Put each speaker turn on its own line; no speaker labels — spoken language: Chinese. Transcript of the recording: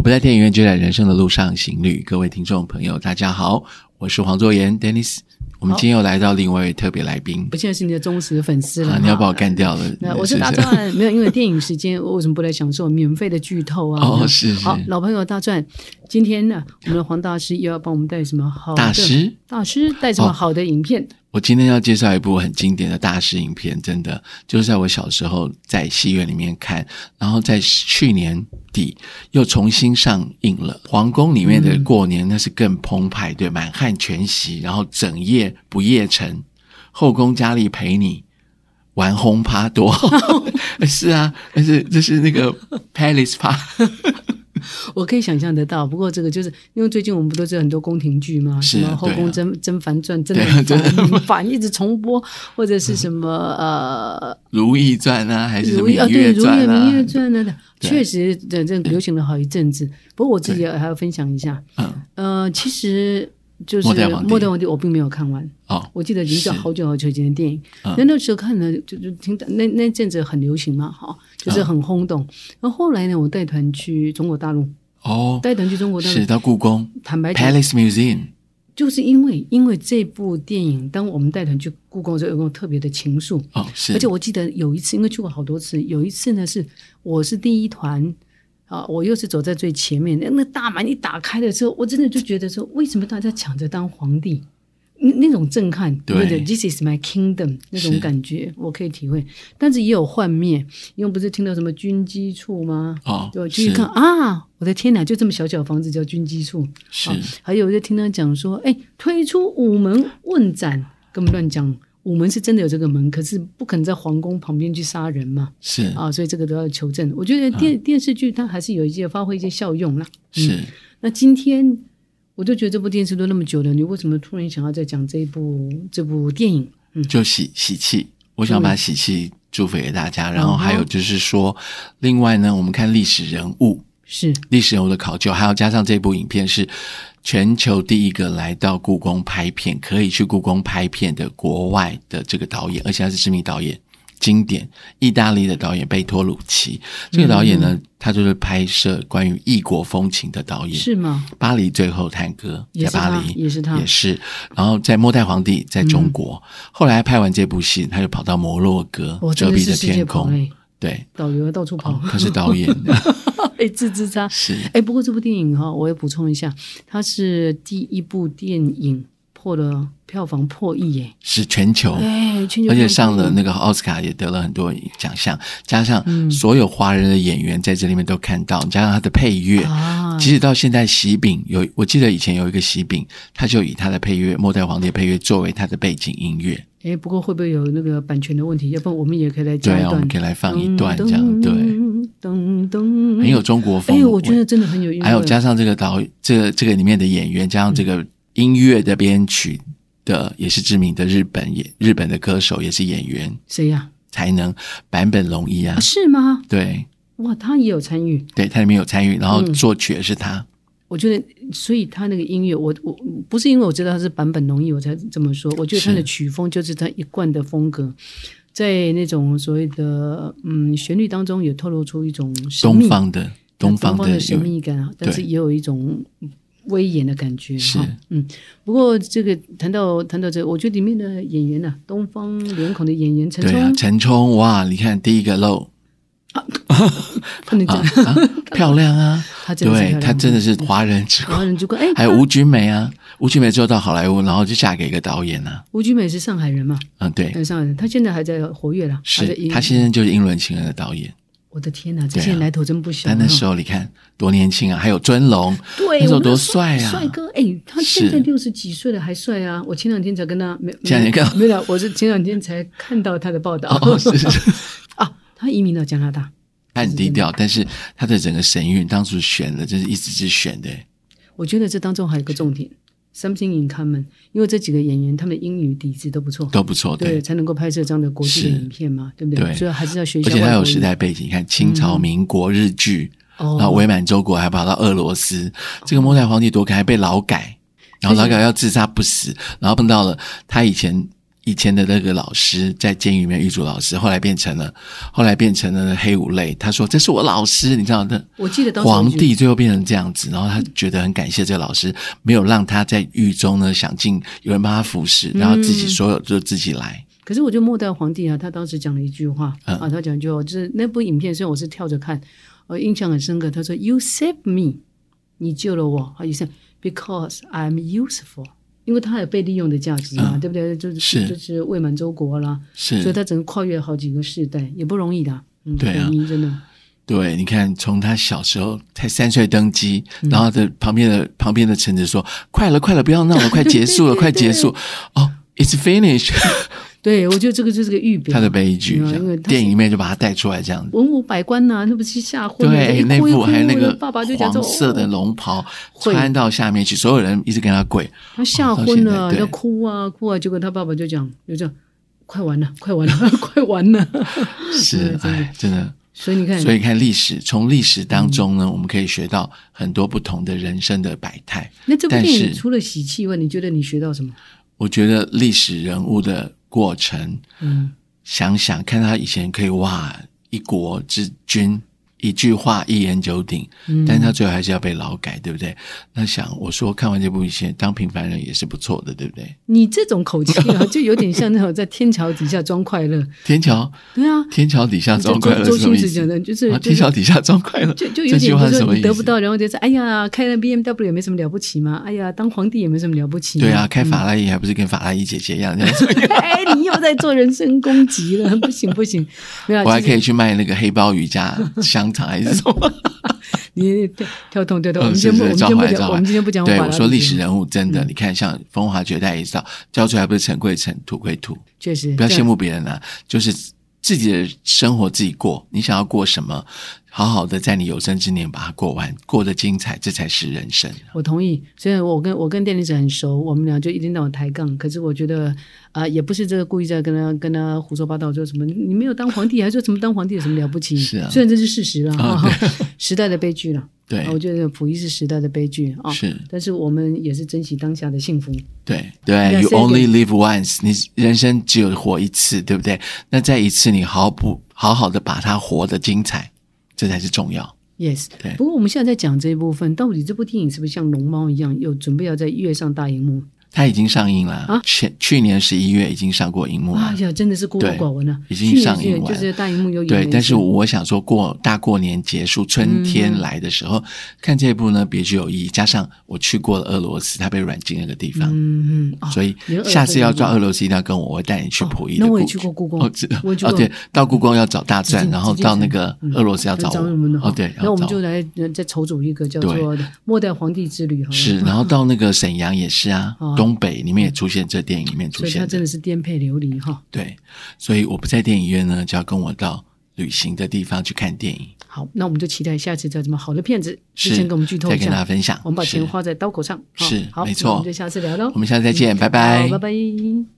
不在电影院，就在人生的路上行旅。各位听众朋友，大家好，我是黄作言 Dennis。我们今天又来到另外一位特别来宾
不，见得是你的忠实粉丝了。
啊，你要把我干掉了？
那我是
不
打哦断没有，因为电影时间，我为什么不来享受免费的剧透啊？
哦， 是是
好，老朋友大钻，今天呢，我们的黄大师又要帮我们带什么好的？
大师。
大师带什么好的影片？
我今天要介绍一部很经典的大师影片，真的就是在我小时候在戏院里面看，然后在去年底又重新上映了。皇宫里面的过年那是更澎湃，对，满汉全席，然后整夜不夜城，后宫佳丽陪你。玩轰趴多 好，是啊，但是这是那个 Palace 趴，
我可以想象得到，不过这个就是因为最近我们不都是很多宫廷剧吗？
是
什
啊
么《后
对啊
宫甄甄嬛传》真的
对啊
很
真的
烦，很烦，一直重播，或者是 什么呃
《如懿传》啊，还是什么
如意
《
啊，
芈
对，
月
如
传
意》明月
啊？
传》等等，
对
确实这这流行了好一阵子。不过我自己也还要分享一下，
嗯，
呃，其实就是
末代皇帝
末代皇帝》，我并没有看完。
哦，
我记得已经是
是
好久好久以前的电影，
嗯
那、那时候看了就就听到那那阵子很流行嘛，哈、就是很轰动。然后后来呢，我带团去中国大陆，
哦，
带团去中国大
是
陆，
到故宫
坦白讲，
Palace Museum，
就是因为因为这部电影，当我们带团去故宫的时候，有一种特别的情愫。
哦，是，
而且我记得有一次，因为去过好多次，有一次呢是我是第一团啊，我又是走在最前面，那那大门一打开的时候，我真的就觉得说，为什么大家抢着当皇帝？那那种震撼，
对
那种 This is my kingdom 那种
是
感觉，我可以体会。但是也有幻灭，因为不是听到什么军机处吗？
哦，
对，就一看啊，我的天哪，就这么小小的房子叫军机处。
是
啊，还有就听他讲说，哎，推出午门问斩，根本乱讲。午门是真的有这个门，可是不可能在皇宫旁边去杀人嘛，
是是
啊，所以这个都要求证。我觉
啊
得电、电视剧它还是有一些发挥一些效用啦。
是
那今天我就觉得这部电视都那么久了，你为什么突然想要再讲这一部这部电影？嗯，
就喜喜气，我想把喜气祝福给大家。然
哦
后还有就是说，另外呢，我们看历史人物，
是
历史人物的考究，还要加上这部影片是全球第一个来到故宫拍片，可以去故宫拍片的国外的这个导演，而且他是知名导演。经典意大利的导演贝托鲁奇，这个导演
嗯
呢，他就是拍摄关于异国风情的导演。
是吗？
巴黎最后探戈
也
在
是
巴
他
黎，
也是他嗯
也是。然后在末代皇帝在中国，后来拍完这部戏，他就跑到摩洛哥
我
遮
真的
蔽
是
的
世界
天
跑
空，
哎，
对，
导游到处跑
哦，，他是导 演，
哎，自自差。
是
哎，不过这部电影哈、我也补充一下，它是第一部电影破了票房破亿耶！
是全 球，
哎，全球
而且
票房
上
破亿
了那个奥斯卡也得了很多奖项，加上
嗯
所有华人的演员在这里面都看到，加上他的配乐。
啊，
即使到现在，喜饼有，我记得以前有一个喜饼，他就以他的配乐《末代皇帝》的配乐作为他的背景音乐。
哎，不过会不会有那个版权的问题？要不然我们也可以来
对
加一
啊，我
段
们，可以来放一段这样，
噔
对，，
噔噔，
很有中国风。
哎，我觉得真的很有韵味。
还有加上这个导这个这个里面的演员，加上这
嗯
个音乐的编曲的，也是知名的日本也日本的歌手，也是演员，
谁呀、
才能坂本龙一啊
啊？，是吗？
对
哇，他也有参与。
对，他里面有参与，然后
嗯
作曲也是他，
我觉得，所以他那个音乐，我我不是因为我知道他是版本龙一，我才这么说。我觉得他的
是
曲风就是他一贯的风格，在那种所谓的嗯旋律当中，也透露出一种神秘
东方的东方
的
的
神
有
秘感啊，但是
对
也有一种威严的感觉。
是
哈嗯，不过这个谈到谈到这个我觉得里面的演员呢、东方脸孔的演员陈
对啊，
冲
陈冲哇，你看第一个漏
不能
啊
讲，
啊，漂亮啊，
他真的是漂
对
亮
他真的是华人之
然
光
后。人就说，哎，
还有
他
吴君梅啊， 吴君梅之后到好莱坞，然后就嫁给一个导演啊，
吴君美是上海人嘛？
嗯，对，
对，上海人，他现在还在活跃啦，还在
是
英
他先生就是《英伦情人》的导演。
我的天哪，这
对啊
些来头真不小。
但那时
候，
候你看多年轻啊，还有尊 龙，
对，
那时候
我
多
说
帅啊！
帅哥，哎，他现在
是
六十几岁了还帅啊！我前两天才跟他没，
前两天看
没有，我是前两天才看到他的报道
哦，是是是，
啊，他移民到加拿大。
他很低调，但是他的整个神韵，当初选的就是一直是选的，
我觉得这当中还有一个重点，something in common，因为这几个演员他们的英语底子都不错，
都不错，
对，
对。
才能够拍摄这样的国际的
是
影片嘛，对不对？
对
所以还是要学一
而
下
且
外
他
国
有
语
时代背景，你看清朝、
嗯
民国、日剧，然后
哦，
伪满洲国，还跑到俄罗斯。这个末代皇帝多可爱，被劳改，然后劳改要自杀不死，然后碰到了他以前。以前的那个老师在监狱里面狱卒老师，后来变成了后来变成了黑五类，他说这是我老师，你知道的。
我记得当时
皇
我就
帝最后变成这样子，然后他觉得很感谢这个老师，没有让他在狱中呢享尽有人帮他服侍，
嗯
然后自己所有就自己来。
可是我就末代皇帝啊，他当时讲了一句话、
嗯
啊，他讲一句话，就是那部影片虽然我是跳着看，我印象很深刻。他说：“You save me，你救了我。”啊，意思 because I'm useful，因为他有被利用的价值嘛，
嗯
对不对？就是
是
就是魏满洲国啦，所以
是，
他整个跨越好几个世代，也不容易的。嗯，
对啊
统一真的，
对，你看从他小时候才三岁登基，
嗯
然后的旁边的旁边的臣子说：“快了，快了，不要闹了，快结束了，快结束。”哦，It's finished，
对我觉得这个就是个预表。
他的悲剧
对啊
这样
因为他是
电影里面就把他带出来这样子。
文武百官呐、那不是吓昏了？
对，
一哭
那
一哭
部还有那
我
个
的爸爸就讲说
黄色的
哦
龙袍
会
穿到下面去，所有人一直跟他跪。
他吓啊昏
哦到
了，
现在对
要哭啊哭啊，结果他爸爸就讲，就这样，快完了，快完了， 快完了。
是
对，真的
哎，真的。
所以你看，
所以看历史，从历史当中呢，我们可以学到很多不同的人生的百态。
那这部
但
电
是
影除了喜气以外，你觉得你学到什么？
我觉得历史人物的过程，
嗯，
想想看他以前可以哇一国之君，一句话一言九鼎，
嗯
但是他最后还是要被劳改，对不对？那想我说看完这部戏，当平凡人也是不错的，对不对？
你这种口气啊，就有点像那种在天桥底下装快 乐。
天桥，
对啊，
天桥底下
就
装
周
快乐
周
是什么
星
意
驰讲
思？
的，就是
啊，
就
天
是
桥底下装快乐，
就就有
这
点
句
就
话是什
是说
么
你
意
得不
思？
到，然后就是哎呀，开了 BMW 也没什么了不起嘛，哎呀，当皇帝也没什么了不起嘛。
对啊，开
嗯
法拉利还不是跟法拉利姐姐一样？这样子
哎，你又在做人身攻击了， 不行不行，没有啊，
我还
其实
可以去卖那个黑鲍鱼加香肠还是什 么？
你跳跳动跳动，
嗯
我们
是
今天不，
是
我们今
召
天不
回召
讲，我们今天不讲
对，
法拉
我说
利
历史
了嗯
人物真的，你看像风华绝代也知道，教出来不是尘归尘，土归土，
确实
不要羡
慕。
慕别人啊，就是自己的生活自己过，你想要过什么，好好的在你有生之年把它过完，过得精彩，这才是人生。
我同意，虽然我跟我跟电力师很熟，我们俩就一天到晚抬杠，可是我觉得啊、也不是这个故意在跟他跟他胡说八道，说什么你没有当皇帝，还说什么当皇帝有什么了不起？
是啊
虽然这是事实了
啊
啊，时代的悲剧了。
对
啊，我觉得溥仪是时代的悲剧啊，
是
但是我们也是珍惜当下的幸福。
对对
那
，You
所以
only live once，你人生只有活一次，对不对？那再一次，你好不好好的把它活得精彩，这才是重要。
Yes，
对
不过我们现在在讲这一部分，到底这部电影是不是像龙猫一样，有准备要在跃上大荧幕？
它已经上映了，
啊
前去年十一月已经上过荧幕了。
哎呀，真的是孤陋
对
寡闻了。
已经
去年
上映
是
完
就是大荧幕有演
对，
员
但是我想说过大过年结束，春天来的时
嗯
候、看这部呢，别具有意义。加上我去过了俄罗斯，它被软禁那个地方，
嗯嗯，哦
所以
连俄罗斯
下次要
都有
到俄罗斯一定要跟我，我会带你去溥仪的
那
故、
我也去过故宫
哦，知
我也去过
哦，对，到故宫要找大
紫
战，
禁
然后
紫禁
到那
城
个
嗯
俄罗斯要
就
找
找
我。
我们的
哦，对，
那我们
要找
就来呃再筹组一个叫做
对
“末代皇帝之旅”好了。
是，然后到那个沈阳也是啊，
哦嗯
东北里面也出现这电影里面出
所以
现
他真
的，
的是颠沛流离哈。
对，所以我不在电影院呢，就要跟我到旅行的地方去看电影，
好，那我们就期待下次再什么好的片子，之
是
前给我们剧透
再
一
跟大家
下，
分享，
我们把钱
是
花在刀口上。哈
是
好，
没
那
错
我们就下次聊喽嗯
我。们下次再见，拜
好，
拜
拜。拜。